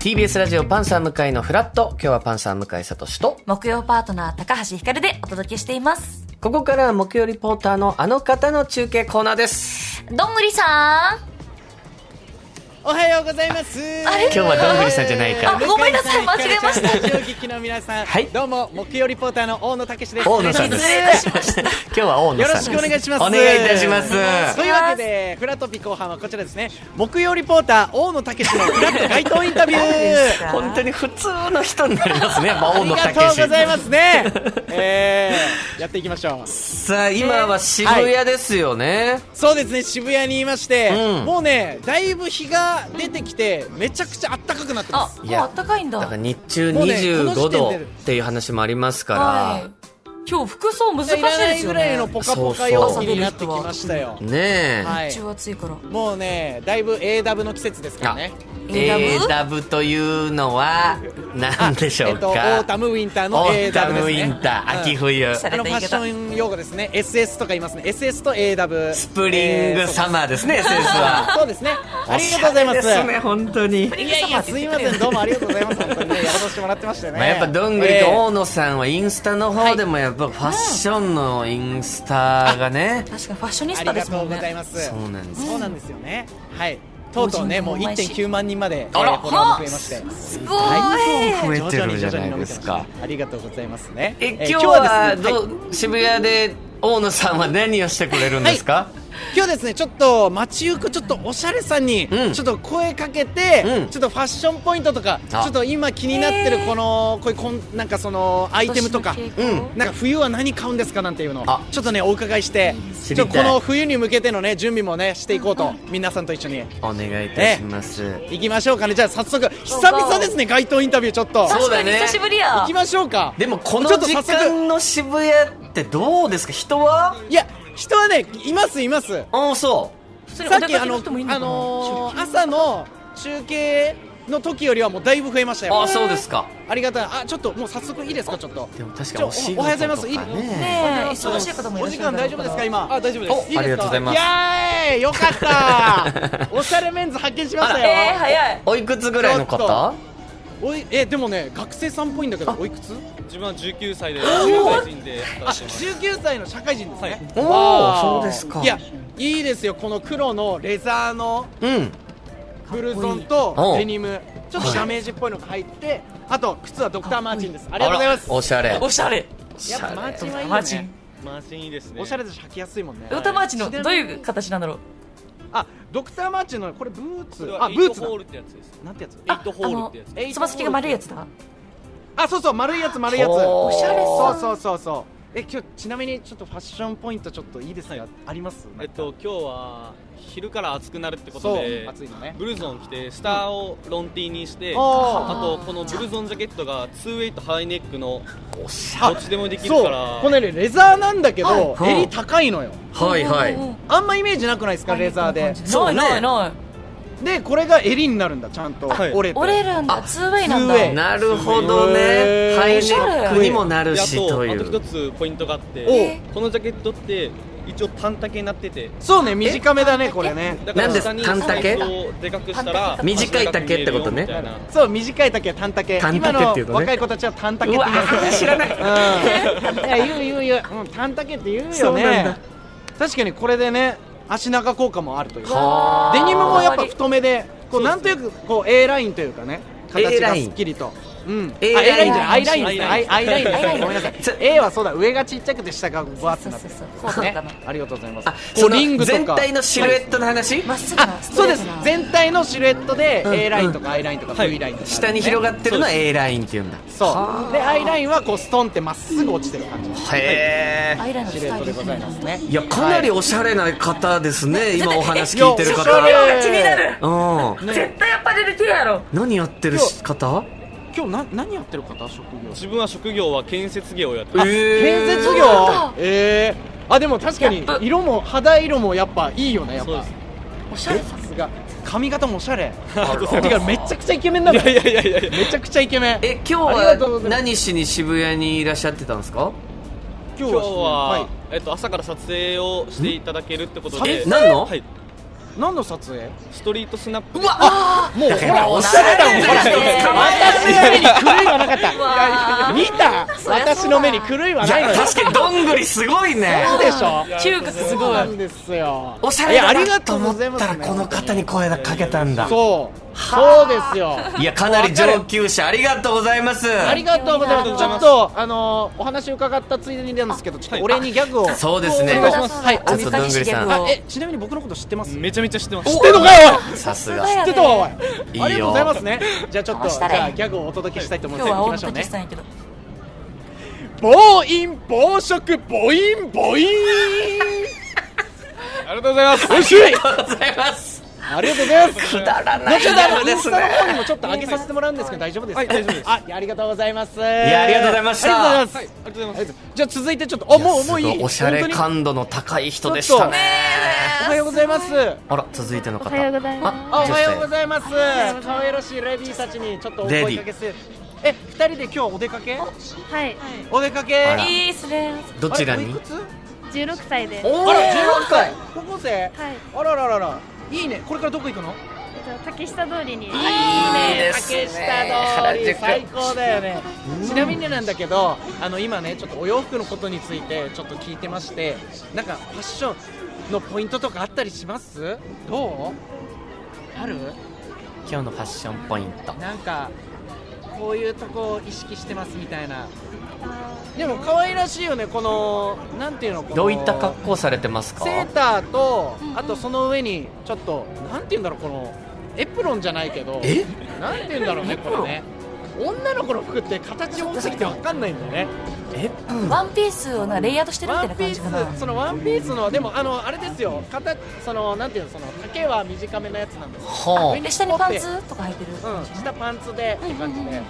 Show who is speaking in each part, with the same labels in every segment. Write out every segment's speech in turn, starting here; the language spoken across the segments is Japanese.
Speaker 1: TBS ラジオパンサー向井のフラット今日はパンサー向井聡と
Speaker 2: 木曜パートナー高橋ひかるでお届けしています
Speaker 1: ここからは木曜リポーターのあの方の中継コーナーです
Speaker 2: どんぐりさ
Speaker 3: おはようございます。。
Speaker 1: 今日はどんぐりさんじゃないか
Speaker 2: あごめんなさい間違えました
Speaker 3: ラジオ聞きの皆さん、
Speaker 1: はい
Speaker 3: どうも木曜リポーターの大野武史です。
Speaker 1: 大野さん
Speaker 2: ん
Speaker 1: で
Speaker 2: ですす
Speaker 1: 今日は大野
Speaker 3: よ
Speaker 1: さんで
Speaker 3: ろ
Speaker 1: す
Speaker 3: しくお願いします。
Speaker 1: お願いいたします
Speaker 3: というわけで、フラトピ後半はこちらですね。木曜リポーター大野武史のフラット街頭インタビュ
Speaker 2: ん
Speaker 3: ー。
Speaker 1: 本当に普通の人になりますね、やっぱ
Speaker 3: あ
Speaker 1: 大
Speaker 3: り
Speaker 1: 野
Speaker 3: がとう
Speaker 1: 武
Speaker 3: ござい
Speaker 1: 史
Speaker 3: ますね。えー、やっていきましょう。
Speaker 1: さあ今は渋谷ですよね、
Speaker 3: そうですね、渋谷にいまして、
Speaker 1: うん
Speaker 3: もうね、だいぶ日が出てきて、めちゃくちゃ暖かくなってま
Speaker 2: あ
Speaker 3: す。
Speaker 1: い
Speaker 2: もう
Speaker 1: や
Speaker 2: あったかいん
Speaker 1: だか
Speaker 2: だ
Speaker 1: ら日中
Speaker 3: もうねこの
Speaker 1: 25
Speaker 3: 時点
Speaker 1: 度
Speaker 3: で
Speaker 1: っていう話もありますから、
Speaker 2: はい今日服装難しい
Speaker 3: いらな
Speaker 2: で
Speaker 3: い
Speaker 2: す
Speaker 3: ぐ
Speaker 2: よ
Speaker 3: らい
Speaker 2: ね
Speaker 3: のポカポカ陽気になってきましたよ。
Speaker 1: ねえ、
Speaker 3: はい
Speaker 2: 日中暑いから
Speaker 3: もうね、だいぶ AW の季節ですからね。
Speaker 2: AW
Speaker 1: AW というのは何でしょ
Speaker 3: え
Speaker 1: う
Speaker 3: っ
Speaker 1: か、
Speaker 3: と、オータムウィンターの
Speaker 1: オ
Speaker 3: AW です、ね。
Speaker 1: ータムウィンター、秋
Speaker 3: うん
Speaker 1: 冬、
Speaker 2: さ
Speaker 3: あのファッション用語ですね。SS とか言いますね。SS と AW。
Speaker 1: スプリングサマーですね、SS は。
Speaker 3: ー。そうですね。 ありがとうございます。
Speaker 1: おしゃれですね、本当に。
Speaker 3: いやいや、すいません。どうもありがとうございます。本当にね、やらさせてもらってましたよね。
Speaker 1: まあ、やっぱどんぐり
Speaker 3: え
Speaker 1: と
Speaker 3: ー
Speaker 1: 大野さんはインスタの方でもやっぱファッションのインスタがね、
Speaker 2: 確かにファッショニ
Speaker 3: あ
Speaker 2: ス
Speaker 3: り
Speaker 2: タで
Speaker 3: が
Speaker 2: す
Speaker 3: と
Speaker 2: も
Speaker 3: うんござい
Speaker 2: ね
Speaker 3: ます。
Speaker 1: そうなんです
Speaker 3: そうなんですよね。はい。とうとうね、もう1.9万人まで、えー
Speaker 1: あら
Speaker 3: フォロワーも増えまして。
Speaker 2: すごい
Speaker 1: 増
Speaker 3: 増
Speaker 1: えてるじゃないですか。
Speaker 3: ありがとうございますね。
Speaker 1: え
Speaker 3: ー
Speaker 1: 今日は
Speaker 3: ですね
Speaker 1: ど、渋谷で大野さんは何をしてくれるんですか、
Speaker 3: 今日ですねちょっと街行くちょっとおしゃれさんに
Speaker 1: うん
Speaker 3: ちょっと声かけて、
Speaker 1: うん
Speaker 3: ちょっとファッションポイントとかち
Speaker 1: あ
Speaker 3: ょっと今気になってるこのこういうこんなんかそのアイテムとか
Speaker 2: 今年の傾
Speaker 1: うん
Speaker 2: 向
Speaker 3: なんか冬は何買うんですかなんていうのを
Speaker 1: あ
Speaker 3: ちょっとねお伺いして
Speaker 1: 知り
Speaker 3: ち
Speaker 1: た
Speaker 3: ょ
Speaker 1: い
Speaker 3: っとこの冬に向けてのね準備もねしていこうと皆さんと一緒に
Speaker 1: お願いいたします。
Speaker 3: 行きましょうかねじゃあ早速久々ですね街頭インタビューちょっと
Speaker 1: そう
Speaker 2: 確
Speaker 1: だ
Speaker 2: か
Speaker 1: ね
Speaker 2: に久しぶり
Speaker 3: 行
Speaker 2: や
Speaker 3: きましょうか
Speaker 1: でもこの
Speaker 3: ちょっと
Speaker 1: 時
Speaker 3: 早速
Speaker 1: 間の渋谷ってどうですか人はい
Speaker 3: や人はねいますいます
Speaker 1: あそ
Speaker 2: 普通に
Speaker 3: さ
Speaker 2: お
Speaker 3: っ
Speaker 2: 出
Speaker 3: き
Speaker 2: か
Speaker 3: あ
Speaker 2: け
Speaker 3: の
Speaker 2: の人もいいの
Speaker 3: あ
Speaker 2: かな
Speaker 3: のー朝の中継の時よりはもうだいぶ増えました
Speaker 1: う。
Speaker 3: よ
Speaker 1: あ、そうですか。
Speaker 3: ありがたいあちょっともう早速いいですかちょっと
Speaker 1: でも確か
Speaker 3: ち
Speaker 1: に
Speaker 3: ょ
Speaker 1: お仕事とか、ね、
Speaker 3: おはようございますいい
Speaker 2: ねえ
Speaker 3: あ
Speaker 2: 忙しい方もいら
Speaker 3: お
Speaker 2: っ
Speaker 3: 時
Speaker 2: しゃ
Speaker 3: 間
Speaker 2: る
Speaker 3: 大丈夫ですか今あ大丈夫
Speaker 1: ですおありがとうございます
Speaker 3: やーいよかったおしゃれメンズ発見しましたよ
Speaker 2: えー、早い
Speaker 1: おいくつぐらいの
Speaker 3: ちょっ
Speaker 1: 方
Speaker 3: とおいえでもね学生さんっぽいんだけどおいくつ
Speaker 4: 自分は19歳で社会人で
Speaker 3: あ
Speaker 4: 働いてます
Speaker 3: 19歳の社会人ですね
Speaker 1: お
Speaker 3: わ
Speaker 1: お
Speaker 3: ー
Speaker 1: そうですか
Speaker 3: いやいいですよこの黒のレザーの
Speaker 1: うん
Speaker 3: ブルゾンと
Speaker 1: かっこいい
Speaker 3: デニムちょっとダメージっぽいのが入ってあと靴はドクターマーチンですありがとうございます
Speaker 1: あらおしゃれ
Speaker 2: おしゃれ
Speaker 3: やっぱマーチンはいい
Speaker 2: マ
Speaker 3: よ
Speaker 2: ーチ
Speaker 3: ね
Speaker 2: ン
Speaker 4: マーチンいいですね
Speaker 3: おしゃれだし履きやすいもんね
Speaker 2: ウルトマーチンのどういう形なんだろう
Speaker 3: あドクターマーチンのこれブー
Speaker 4: これ
Speaker 3: ツ
Speaker 4: は
Speaker 3: あブーツ
Speaker 4: エ
Speaker 3: だ
Speaker 4: イトホールってやつです
Speaker 3: なんてやつ
Speaker 4: エイトホールってやつ
Speaker 3: エイト
Speaker 2: つま先が丸いやつだ
Speaker 3: あそうそう丸いやつ丸いやつ
Speaker 1: ほーおしゃれ
Speaker 3: そ
Speaker 1: そう
Speaker 3: そうそうそうえ今日ちなみにちょっとファッションポイントちょっといいですか、
Speaker 4: はい
Speaker 3: あります
Speaker 4: えっと今日は昼から暑くなるってこ
Speaker 3: そ
Speaker 4: と
Speaker 3: う
Speaker 4: で
Speaker 3: 暑いのね
Speaker 4: ブルゾン着て下をロンティーにしてあ
Speaker 3: あ
Speaker 2: ー
Speaker 4: とこのブルゾンジャケットがツーウェイとハイネックの
Speaker 1: おし
Speaker 4: どっちでもでき
Speaker 3: ー
Speaker 4: る
Speaker 3: そう
Speaker 4: から
Speaker 3: このねレザーなんだけど
Speaker 1: はい
Speaker 3: 襟高いのよ
Speaker 1: はいはい
Speaker 2: うんうんうん
Speaker 3: あんまイメージなくないですかレザーで
Speaker 1: そうね
Speaker 2: ないないない
Speaker 3: でこれが襟になるんだちゃんと
Speaker 4: はい
Speaker 3: 折れて
Speaker 2: 折れるん
Speaker 1: あ
Speaker 2: だツーウェイなんだ
Speaker 3: ツーウェイ
Speaker 1: なるほどね
Speaker 3: へー
Speaker 1: ハイネックにもなる
Speaker 4: であ
Speaker 1: しと
Speaker 4: と
Speaker 1: い
Speaker 4: あと一
Speaker 1: う
Speaker 4: つポイントがあっ
Speaker 3: お
Speaker 4: て
Speaker 3: う
Speaker 2: え
Speaker 4: このジャケットって一応短丈になってて
Speaker 3: そうね短めだねこれね
Speaker 4: だから
Speaker 1: なんです
Speaker 4: 下に
Speaker 1: 短丈
Speaker 4: スペースをでかくしたら
Speaker 1: 短い丈ってことね
Speaker 4: 短く見えるよみたいな
Speaker 3: そう短い丈短丈
Speaker 1: 短丈
Speaker 3: 今
Speaker 1: っていう
Speaker 3: の
Speaker 1: のね
Speaker 3: 若い子たちは短丈って
Speaker 1: う
Speaker 3: 言
Speaker 1: わ
Speaker 3: いますよね
Speaker 1: ー知らない
Speaker 3: うんいや言う言う言う、うん、短丈って言う
Speaker 1: そ
Speaker 3: よ
Speaker 1: うなんだ
Speaker 3: ね確かにこれでね足長効果もあるという
Speaker 1: はあ
Speaker 3: デニムもやっぱ
Speaker 2: 周り
Speaker 3: 太めでこうなんとなくこう A ラインというかね
Speaker 1: A
Speaker 3: 形
Speaker 1: ラ
Speaker 3: が
Speaker 1: イン
Speaker 3: すっきりと、うん、
Speaker 1: A
Speaker 3: あ A
Speaker 1: ラ
Speaker 3: ラ
Speaker 1: イ
Speaker 3: イ
Speaker 1: ン
Speaker 3: ンじゃない I ラインですね I, I ラインです
Speaker 2: ライン
Speaker 3: ねごめんなさい
Speaker 1: つ
Speaker 3: A はそうだ上がちっちゃくて下がバーってなってる
Speaker 2: そうそうそうこうとかな
Speaker 3: ねありがとうございます
Speaker 1: あ
Speaker 3: こ
Speaker 1: そう
Speaker 3: リン
Speaker 1: の
Speaker 3: グと
Speaker 1: 全
Speaker 3: か
Speaker 1: 体のシルエットの話
Speaker 2: まっすぐ
Speaker 3: あ
Speaker 2: なスト
Speaker 3: そう
Speaker 2: レ
Speaker 3: で
Speaker 2: ー
Speaker 3: す
Speaker 2: トな
Speaker 3: 全体のシルエットで
Speaker 1: うん
Speaker 3: A ラインとか I ラインとか V ラインとか、
Speaker 1: 下に広がってるのは A ラインっていうんだ
Speaker 3: そうで I ラインはこうストンってまっすぐ落ちてる感じ
Speaker 1: へえ
Speaker 2: アイラインの
Speaker 3: シ
Speaker 2: ス
Speaker 3: ルエ
Speaker 2: タ
Speaker 3: ッ
Speaker 2: イ
Speaker 3: ト
Speaker 2: ル
Speaker 3: でございますね
Speaker 1: いやかなりおしゃれな方ですね今お話聞いてる
Speaker 3: いやおしゃ
Speaker 1: 方
Speaker 3: れ気になる
Speaker 1: うん
Speaker 3: ね
Speaker 2: 対アパレル系やろ
Speaker 1: 何やってる方
Speaker 3: 今日な何やってる方職業
Speaker 4: 自分は職業は建設業をやって
Speaker 1: え
Speaker 4: ます
Speaker 3: 建設業
Speaker 2: そうなんだ
Speaker 3: えー、あでも確かに
Speaker 2: やっぱ
Speaker 3: 色も肌色もやっぱいいよねやっ
Speaker 4: そう
Speaker 3: ぱ
Speaker 4: です
Speaker 2: おしゃ
Speaker 3: さ
Speaker 2: れさ
Speaker 3: すが髪型もおしゃれ
Speaker 1: あら
Speaker 3: てかめちゃくちゃイケメンなんだ
Speaker 4: いやいやいやいや
Speaker 3: めちゃくちゃイケメン
Speaker 1: え今日
Speaker 3: ありがとうご
Speaker 1: は
Speaker 3: ざいます
Speaker 1: 何しに渋谷にいらっしゃってたんですか
Speaker 3: 今
Speaker 4: 今日は、
Speaker 3: はい
Speaker 4: えっと、朝から撮影をしていただけるってことで
Speaker 1: ん撮影何の
Speaker 4: はい、
Speaker 3: 何の撮影
Speaker 4: ストリートスナップ
Speaker 3: もうほ
Speaker 1: から
Speaker 3: らおっしゃってたもん
Speaker 2: おっ
Speaker 3: ほ
Speaker 2: しゃっ
Speaker 3: ら私
Speaker 2: てた
Speaker 3: の
Speaker 2: ね
Speaker 3: 目に狂いはなかった
Speaker 2: わー
Speaker 3: 見た
Speaker 2: そりゃそうだ
Speaker 3: 私の目に狂いはいないの
Speaker 1: や
Speaker 3: よ
Speaker 1: 確かにどんぐりすごいね
Speaker 3: そうでしょ
Speaker 2: 中学す
Speaker 3: そう
Speaker 2: ご
Speaker 3: ないんですよ
Speaker 1: おしゃれ
Speaker 3: いやあ
Speaker 1: だ
Speaker 3: り
Speaker 1: な
Speaker 3: が
Speaker 1: と
Speaker 3: とう
Speaker 1: 思
Speaker 3: ご
Speaker 1: っ
Speaker 3: ざいます
Speaker 1: たらこの方に声がかけたんだ
Speaker 3: そうそうですよ
Speaker 1: いやかなり上級者ありがとうございます
Speaker 3: ありがとうございます。ちょっとあのお話伺ったついでになんですけど、ちょっとお礼にギャグを。
Speaker 1: そうですね
Speaker 3: お願いしますはい。
Speaker 1: ちょ
Speaker 2: お
Speaker 1: っ
Speaker 2: み
Speaker 1: と
Speaker 2: か
Speaker 1: どん
Speaker 2: にし
Speaker 1: ぐり
Speaker 2: ギ
Speaker 1: さ
Speaker 2: ャ
Speaker 1: ん
Speaker 2: グ
Speaker 3: あ
Speaker 2: を
Speaker 3: えちなみに僕のこと知ってます。知っ
Speaker 4: めちゃめちゃ知ってます
Speaker 3: てんのかよ
Speaker 1: さす
Speaker 2: さす
Speaker 1: が
Speaker 2: が
Speaker 3: おい。知ってたわお
Speaker 1: いい
Speaker 3: い。
Speaker 1: よ
Speaker 3: ありがとうございますね。じゃあちょっと
Speaker 2: あ
Speaker 3: じ
Speaker 2: したね
Speaker 3: ゃあギャグをお届けしたいと思い
Speaker 2: 今
Speaker 3: ます。
Speaker 2: 日は大
Speaker 3: 行きましょう
Speaker 2: 竹
Speaker 3: ね
Speaker 2: さ。んやけど
Speaker 3: 暴飲暴食暴飲暴飲。
Speaker 4: ありがとうございます
Speaker 3: おいしい。
Speaker 1: ありがとうございます
Speaker 3: ありがとうございます。
Speaker 1: くだらない
Speaker 3: 後ほどあのイ
Speaker 1: で
Speaker 3: ンス
Speaker 1: す
Speaker 3: タの
Speaker 1: ね
Speaker 3: 方にもちょっと上げさせてもらうんですけど大丈夫ですか。
Speaker 4: はい大丈夫です
Speaker 3: あいやありがとうございます。い
Speaker 1: やありがとうございました
Speaker 3: ありがとうございます。
Speaker 4: ありがとう
Speaker 3: あり
Speaker 4: ございま
Speaker 3: が
Speaker 4: す
Speaker 3: とうじゃあ続いてちょっとあもうもうい
Speaker 1: す
Speaker 3: い
Speaker 1: ごおしゃれ
Speaker 3: 本当に
Speaker 1: 感度の高い人でしたね
Speaker 3: おはようございます
Speaker 1: あら続いての方
Speaker 5: おはようございます
Speaker 1: あ
Speaker 3: あおはようご
Speaker 1: い
Speaker 3: ざいます可愛らしいレディーたちにちょっとお声かけしてえ二人で今日お出かけ
Speaker 5: はい、
Speaker 3: お出かけ
Speaker 1: あら
Speaker 2: いいっすね
Speaker 1: ますどちら
Speaker 3: あれおい
Speaker 1: に
Speaker 3: くつ
Speaker 5: 十六歳です。は
Speaker 1: お
Speaker 3: あ
Speaker 1: ー
Speaker 3: ら十六歳高校生、
Speaker 5: い、
Speaker 3: あららららいいねこれからどこ行くの
Speaker 5: えっと竹下通りに。
Speaker 1: いいです
Speaker 3: 竹
Speaker 1: ね
Speaker 3: 下通り最高だよねちなみになんだけどあの今ねちょっとお洋服のことについてちょっと聞いてましてなんかファッションのポイントとかあったりしますどうある
Speaker 1: 今日のファッションポイント
Speaker 3: なんかこういうとこを意識してますみたいな
Speaker 5: あ
Speaker 3: でも可愛らしいよねこのなんていうのこの
Speaker 1: どういった格好されてますか
Speaker 3: セーターとあとその上にちょっとなんていうんだろうこのエプロンじゃないけど
Speaker 1: え
Speaker 3: なんていうんだろうねこれね女の子の服って形多すぎてわかんないんだよね
Speaker 1: え
Speaker 2: ワンピースをなレイヤードしてるみた
Speaker 3: ワン
Speaker 2: いな
Speaker 3: ピ
Speaker 2: 感
Speaker 3: ー
Speaker 2: じかな
Speaker 3: スそのワンピースのでもあのあれですよ形そのなんていうのその丈は短めのやつなんですよ
Speaker 1: は
Speaker 2: で下にパンツとか履いてる
Speaker 3: うん
Speaker 2: 感じ
Speaker 3: 下パンツでって感じで
Speaker 5: うんうん
Speaker 3: ね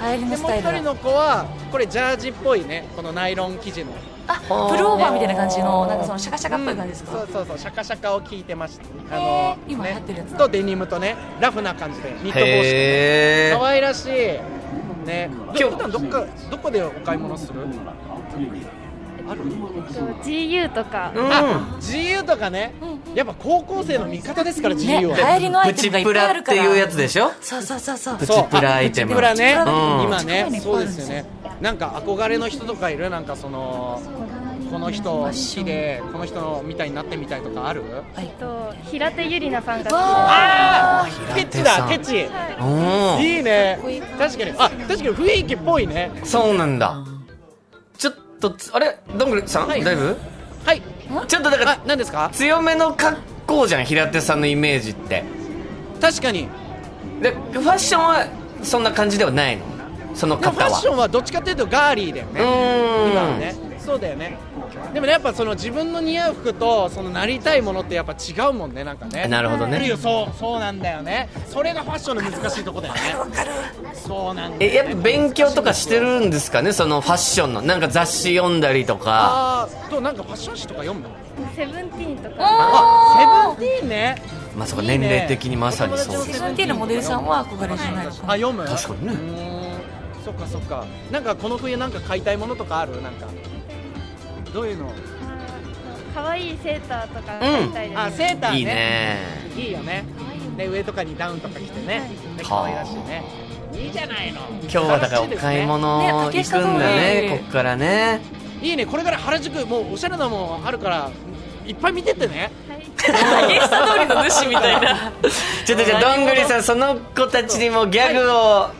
Speaker 2: 流行り
Speaker 3: で
Speaker 2: のス
Speaker 3: もう
Speaker 2: タ
Speaker 3: 一
Speaker 2: イル
Speaker 3: 人
Speaker 2: だ
Speaker 3: の子はこれジャージっぽいねこのナイロン生地の
Speaker 2: あプルオーバーみたいな感じのなんかそのシャカシャカっぽい感じです
Speaker 3: そ
Speaker 2: か
Speaker 3: うそうそうシャカシャカを聞いてましたあ
Speaker 2: へー今
Speaker 3: の
Speaker 2: 流
Speaker 3: ね
Speaker 2: 行ってるやつ
Speaker 3: とデニムとねラフな感じでニット帽子
Speaker 1: へえ
Speaker 3: 可愛らしいね
Speaker 1: 今
Speaker 3: 今
Speaker 1: 日
Speaker 3: 日普段どっかどこでお買い物するある
Speaker 5: ーえっと GU とか、
Speaker 1: うん
Speaker 3: あ GU とかねやっぱ高校生の味方ですから
Speaker 2: ね
Speaker 3: GU
Speaker 2: 流
Speaker 3: は
Speaker 2: 行りのア
Speaker 1: プ
Speaker 2: イテ
Speaker 1: チ
Speaker 2: ムがいっぱ
Speaker 1: プ
Speaker 2: いあ
Speaker 1: ラ
Speaker 2: る
Speaker 1: っ
Speaker 2: か
Speaker 1: て
Speaker 2: ら
Speaker 1: いうやつでしょ
Speaker 2: そうそうそうそう
Speaker 1: プチプラアイテム
Speaker 3: そうあプチプラね
Speaker 1: うん
Speaker 3: 今ね
Speaker 2: プチプ
Speaker 3: そ
Speaker 2: ラ
Speaker 3: う
Speaker 2: ね
Speaker 3: ですよねなんか憧れの人とかいるなんかそのこの人好きでこの人のみたいになってみたいとかある
Speaker 2: はい
Speaker 5: えっと平手ゆりなさんが好
Speaker 3: あ
Speaker 1: ー
Speaker 3: ケチだケ
Speaker 1: 平手
Speaker 3: チ
Speaker 5: き。はい。
Speaker 1: うん
Speaker 3: いいね確かにあ確かに雰囲気っぽいね
Speaker 1: そうなんだちょっとつあれどんぐりさん
Speaker 3: はい
Speaker 1: だいぶ
Speaker 3: はい
Speaker 1: ちょっとだから
Speaker 3: あ何ですか
Speaker 1: 強めの格好じゃん平手さんのイメージって
Speaker 3: 確かに
Speaker 1: でファッションはそんな感じではないのその
Speaker 3: でもファ
Speaker 1: 方
Speaker 3: ッショ
Speaker 1: は
Speaker 3: ンはどっちかというとガーリーだよ
Speaker 1: う
Speaker 3: ね今
Speaker 1: ー
Speaker 3: は
Speaker 1: ん
Speaker 3: ねそうだよねでもねやっぱその自分の似合う服とそのなりたいものってやっぱ違うもんねなんかね
Speaker 1: なるほど
Speaker 3: いいよ
Speaker 1: ね
Speaker 3: そうそうなんだよねそれがファッションの難しいとこだよねわかるそうなんだ
Speaker 1: え
Speaker 3: よね
Speaker 1: やっぱ勉強とかしてるんですかねそのファッションのなんか雑誌読んだりとか
Speaker 3: あーとなんかファッション誌とか読むの
Speaker 5: セブンティーンとか。
Speaker 3: あセブンティーンね
Speaker 1: まあそうか
Speaker 3: いいね
Speaker 1: 年齢的にまさにそう
Speaker 3: お
Speaker 1: で
Speaker 3: 友達
Speaker 1: す
Speaker 2: セブンティーンのモデルさんは憧 れじゃないのか
Speaker 3: あ読む
Speaker 1: 確かにね
Speaker 3: うーんそっかそっかなんかこの冬なんか買いたいものとかあるなんかどういうの
Speaker 5: 可愛いセーターとか買いたいです。
Speaker 3: あセーターね
Speaker 1: いいね
Speaker 3: いいよねね上とかにダウンとか着てねね
Speaker 1: はあ
Speaker 3: 可愛らしいねいいじゃないの
Speaker 1: 今日はだからお買い物行くんだ
Speaker 2: ね竹下通り
Speaker 1: ねこっからね
Speaker 3: いいねこれから原宿もうおしゃれなもんあるからいっぱい見てってね
Speaker 5: はい。
Speaker 2: 竹下通りの主みたいな
Speaker 1: ちょっとじゃあどんぐりさんその子たちにもギャグを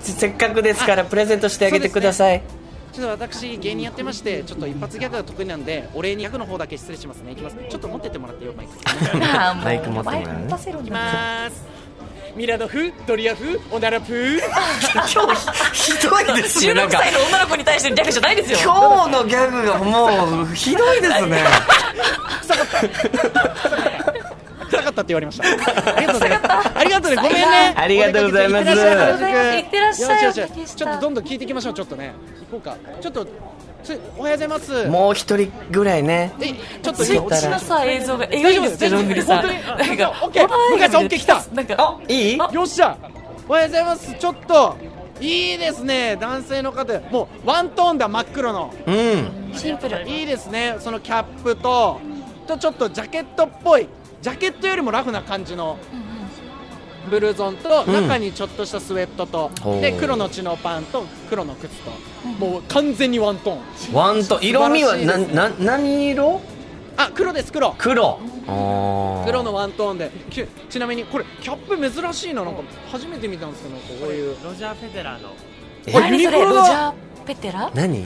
Speaker 1: せっかくですからプレゼントしてあげてください
Speaker 3: ちょっと私芸人やってましてちょっと一発ギャグが得意なんでお礼にギャグの方だけ失礼しますねいきますちょっと持ってってもらってよマイクい
Speaker 2: あー
Speaker 1: マイク持ってもらう
Speaker 2: マイ
Speaker 1: ね
Speaker 2: ク持たせるん
Speaker 3: き
Speaker 2: だな
Speaker 3: ま ーすミラノ風ドリア風おなら
Speaker 1: ひ
Speaker 3: 風
Speaker 1: どいですねなん
Speaker 2: 16
Speaker 1: か
Speaker 2: 歳の女の子に対してのギャグじゃないですよ
Speaker 1: 今日のギャグがもうひどいですね
Speaker 3: 臭かったって言わ れましたありがとうございますありがとうねごめんね
Speaker 1: ありがとうございます
Speaker 3: お出かけ
Speaker 2: いってらっしゃい
Speaker 3: よしよし
Speaker 2: 竹下
Speaker 3: ちょっとどんどん聞いていきましょうちょっとね行こうかちょっとつおはようございます
Speaker 1: もう一人ぐらいね
Speaker 3: えちょっと
Speaker 2: ツイ
Speaker 3: 今
Speaker 2: ッターのさ映像がえぐいですよどんぐりさんなんか
Speaker 3: オッケー向井さんオッケー来た
Speaker 2: なんか
Speaker 1: あいい
Speaker 3: よっしゃおはようございますちょっといいですね男性の方もうワントーンだ真っ黒の
Speaker 1: うん
Speaker 2: シンプル
Speaker 3: いいですねそのキャップととちょっとジャケットっぽいジャケットよりもラフな感じの
Speaker 2: うんうん
Speaker 3: ブルゾンと
Speaker 1: うん
Speaker 3: 中にちょっとしたスウェットと、
Speaker 1: ほう
Speaker 3: で黒のチノパンと黒の靴と、もう完全にワントーン
Speaker 1: ワントーン色味は
Speaker 3: 素晴
Speaker 1: な
Speaker 3: らしいです
Speaker 1: な何色
Speaker 3: あ黒です黒
Speaker 1: 黒あー
Speaker 3: 黒のワントーンできちなみにこれキャップ珍しいななんか初めて見たんですけどこういう
Speaker 6: ロジャー・フェデラーの
Speaker 1: え
Speaker 3: あ
Speaker 2: 何
Speaker 3: ユ
Speaker 2: そ
Speaker 3: ニク
Speaker 2: れ
Speaker 3: ロだ
Speaker 2: ロジャーペテラ
Speaker 1: 何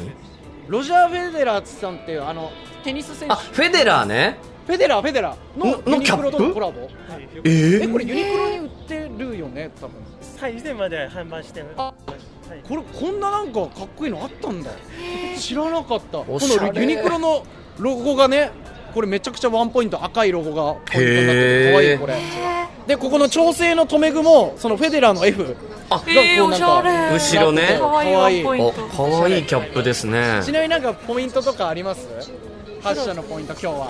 Speaker 3: ロジャー・フェデラーさんっていうあのテニス選手
Speaker 1: あフェデラーね
Speaker 3: フェデラーフェデラーの
Speaker 1: のの
Speaker 3: ユニクロと
Speaker 1: キャッ
Speaker 3: の
Speaker 1: プ
Speaker 3: コラボ
Speaker 1: え
Speaker 3: えこれユニクロに売ってるよね多分
Speaker 6: はい以前まで販売してる
Speaker 3: あ
Speaker 6: はい
Speaker 3: これこんななんかかっこいいのあったんだ知らなかったこ
Speaker 1: おしゃれ
Speaker 3: のユニクロのロゴがねこれめちゃくちゃワンポイント赤いロゴがポイントになって
Speaker 1: へー
Speaker 3: て可愛いこれでここの調整の留め具もそのフェデラーの F
Speaker 1: あ
Speaker 3: えーおしゃれ
Speaker 1: 後ろね
Speaker 2: かわいいワンポイ
Speaker 1: お
Speaker 2: ント
Speaker 1: かわいいキャップですね
Speaker 3: ちなみになんかポイントとかあります発射のポイント今日は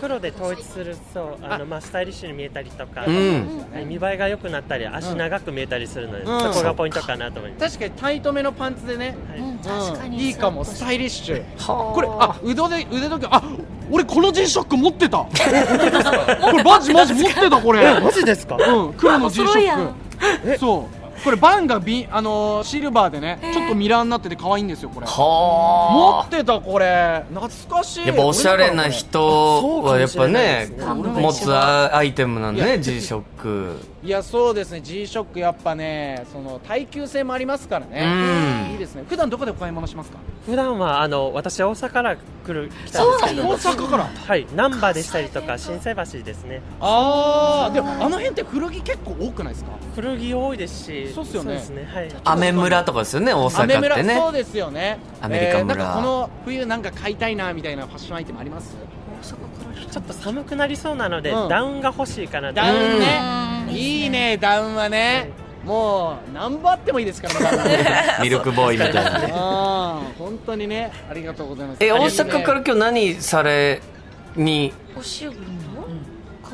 Speaker 6: 黒で統一するとあのまあスタイリッシュに見えたりとか、
Speaker 1: うん
Speaker 6: はい見栄えが良くなったり足長く見えたりするので、
Speaker 3: うん
Speaker 6: そこがポイントかなと思います、
Speaker 3: 確かにタイトめのパンツでね、
Speaker 2: うん確か
Speaker 3: うん、
Speaker 2: に
Speaker 3: いいかもスタイリッシュ
Speaker 1: こ
Speaker 3: これあ腕で腕時計あ俺この G ショック持って たこれマジマジ持ってたこれ
Speaker 6: ジですか
Speaker 3: うん、黒の G ショ
Speaker 2: お揃いや
Speaker 3: ッ
Speaker 2: ん
Speaker 3: クそうこれバンがビンあのーシルバーでね、
Speaker 2: えー
Speaker 3: ちょっとミラーになってて可愛いんですよこれ持
Speaker 1: はあ
Speaker 3: ってたこれ懐かしい
Speaker 1: やっぱおしゃれな人はやっぱね
Speaker 6: そう
Speaker 2: かもしれないですね
Speaker 1: 持つアイテムなんで
Speaker 3: い
Speaker 1: ね
Speaker 3: や
Speaker 1: G ショック
Speaker 3: いやそうですね G ショックやっぱねその耐久性もありますからね
Speaker 1: うん
Speaker 3: いいですね普段どこでお買い物しますか
Speaker 6: 普段はあの私大阪から来る来たん
Speaker 2: そうな
Speaker 6: ですけ
Speaker 2: ん
Speaker 6: ど
Speaker 2: だ
Speaker 3: 大阪から
Speaker 6: はい難波でしたりとか心斎橋ですね
Speaker 3: ああでもあの辺って古着結構多くないですか
Speaker 6: 古着多いですし
Speaker 3: そうっすよね
Speaker 6: ですねはい
Speaker 1: 雨村とかですよね大阪って
Speaker 3: 雨村そう
Speaker 1: ね
Speaker 3: ですよね
Speaker 1: アメリカ村
Speaker 3: えーなんかこの冬なんか買いたいなみたいなファッションアイテムあります
Speaker 6: ちょっと寒くなりそうなので、
Speaker 3: うん
Speaker 6: ダウンが欲しいかなと
Speaker 3: ダウンね
Speaker 2: うん
Speaker 3: いいねダウンはねもう何本あってもいいですからねダウンは ね
Speaker 1: ミルクボーイみたいな
Speaker 3: あー本当にねありがとうございます
Speaker 1: え大
Speaker 3: ありがとう
Speaker 1: 阪から今日何されに
Speaker 2: お渋谷の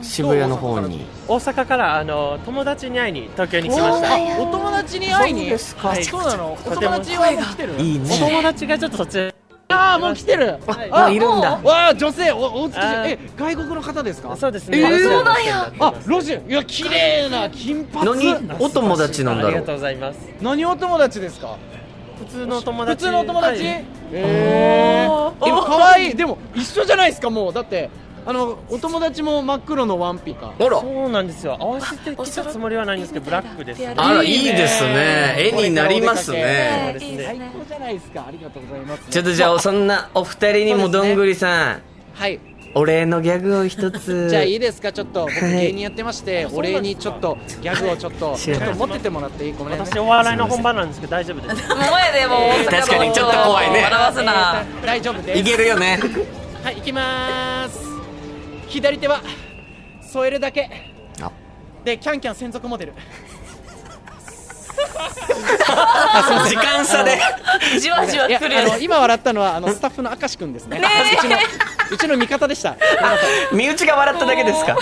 Speaker 1: 渋谷の方に
Speaker 6: 大阪からあの友達に会いに東京に来まし
Speaker 3: ござ
Speaker 6: た
Speaker 3: いますお友達に会いにそうです
Speaker 6: か
Speaker 3: そうなのお
Speaker 6: とて
Speaker 3: 友
Speaker 6: も
Speaker 3: 達は来てる
Speaker 1: いい
Speaker 6: お
Speaker 1: ね
Speaker 6: 友達がちょっとそっちへ
Speaker 3: ああもう来てる
Speaker 6: はい
Speaker 1: あいるんだ
Speaker 3: わあ女性おお美しい
Speaker 6: あー
Speaker 3: え外国の方ですか
Speaker 6: そうですね、
Speaker 3: えー
Speaker 6: ロシア
Speaker 3: そう
Speaker 6: の
Speaker 3: な
Speaker 6: 人になって
Speaker 3: あ
Speaker 6: ます
Speaker 3: ロジいや綺麗な金髪
Speaker 1: 何お友達なんだ
Speaker 6: あり
Speaker 1: ろ
Speaker 6: がとう
Speaker 1: う
Speaker 6: ございます
Speaker 3: 何お友達ですか
Speaker 6: 普通の友
Speaker 3: 普
Speaker 6: 達
Speaker 3: 通のお友達、
Speaker 6: はい
Speaker 3: えー、え可愛いでも一緒じゃないですかもうだってあのお友達も真っ黒のワンピか
Speaker 1: あら
Speaker 6: そうなんですよ合わせてきたつもりはないんですけどブラックですね
Speaker 1: あらいいですね絵になりますね
Speaker 2: えーいいです
Speaker 3: 最
Speaker 2: ね
Speaker 3: 高じゃないですかありがとうございます、
Speaker 1: ちょっとじゃあそんなお二人にもどんぐりさん
Speaker 3: はい
Speaker 1: お礼のギャグを一つ
Speaker 3: じゃあいいですかちょっと僕
Speaker 1: はい
Speaker 3: 芸人やってまして、お礼にちょっとギャグをちょっとちょっと持っててもらっていいごめんなさ
Speaker 6: 私
Speaker 3: い
Speaker 6: お笑いの本場なんですけど大丈夫ですか
Speaker 2: 前でも大阪の
Speaker 1: 確かにちょっと怖いね
Speaker 2: 笑わすな
Speaker 3: 大丈夫です
Speaker 1: いけるよね
Speaker 3: はい行きまーす左手は添えるだけ
Speaker 1: あ
Speaker 3: でキャンキャン専属 モデル
Speaker 1: 時間差で
Speaker 2: じわじわ
Speaker 3: いや
Speaker 2: 来る
Speaker 3: あ
Speaker 2: や
Speaker 3: の
Speaker 2: つ
Speaker 3: 今笑ったのはあのスタッフの明石君ですねうちのうちの味方でした
Speaker 1: 身内が笑っただけですか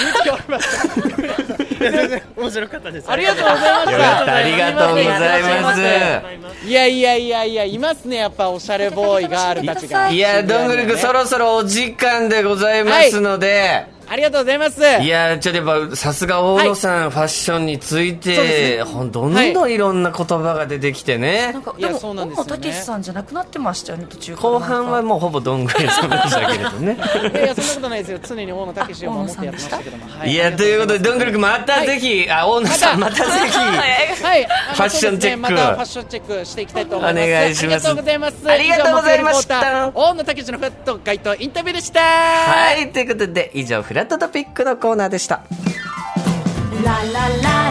Speaker 6: 面白かったです
Speaker 3: ありがとうございま
Speaker 1: よ
Speaker 3: し
Speaker 1: かった
Speaker 3: た
Speaker 1: ありがとうござい
Speaker 6: ありがとうございま
Speaker 1: ます
Speaker 3: いやいやいやいやいますねやっぱおしゃれボーイガールたちが
Speaker 1: すいやどんぐりくんそろそろお時間でございますので、
Speaker 3: ありがとうございます
Speaker 1: い、やちょっとやっぱさすが大野さん、ファッションについ
Speaker 3: そうで
Speaker 1: て、
Speaker 3: すね
Speaker 1: ほんどんどんいろんな言葉が出てきてね、
Speaker 2: なんか
Speaker 3: い
Speaker 2: で
Speaker 3: や
Speaker 2: も
Speaker 3: そうなんですよ
Speaker 2: 大
Speaker 3: ね
Speaker 2: 野武さんじゃなくなってましたよね途中から
Speaker 1: 後半はもうほぼどんぐりさんでしたけれどね
Speaker 3: いやいやそんなことないですよ常に大野武史を守ってやってましたけども、はい
Speaker 1: やと いうことでどんぐりくんまたぜひ、あ大野さんま
Speaker 3: ま
Speaker 1: たぜひ
Speaker 3: はい、フ
Speaker 1: ファッションチェック
Speaker 3: またファッションチェックしていきたいと思います。
Speaker 1: お願いします
Speaker 3: ありがとうございます。
Speaker 1: ありがとうございました
Speaker 3: 以上木曜リポーター大野武のフット街頭インタビューでした。
Speaker 1: はいということで以上フラットトピックのコーナーでした
Speaker 2: ラララ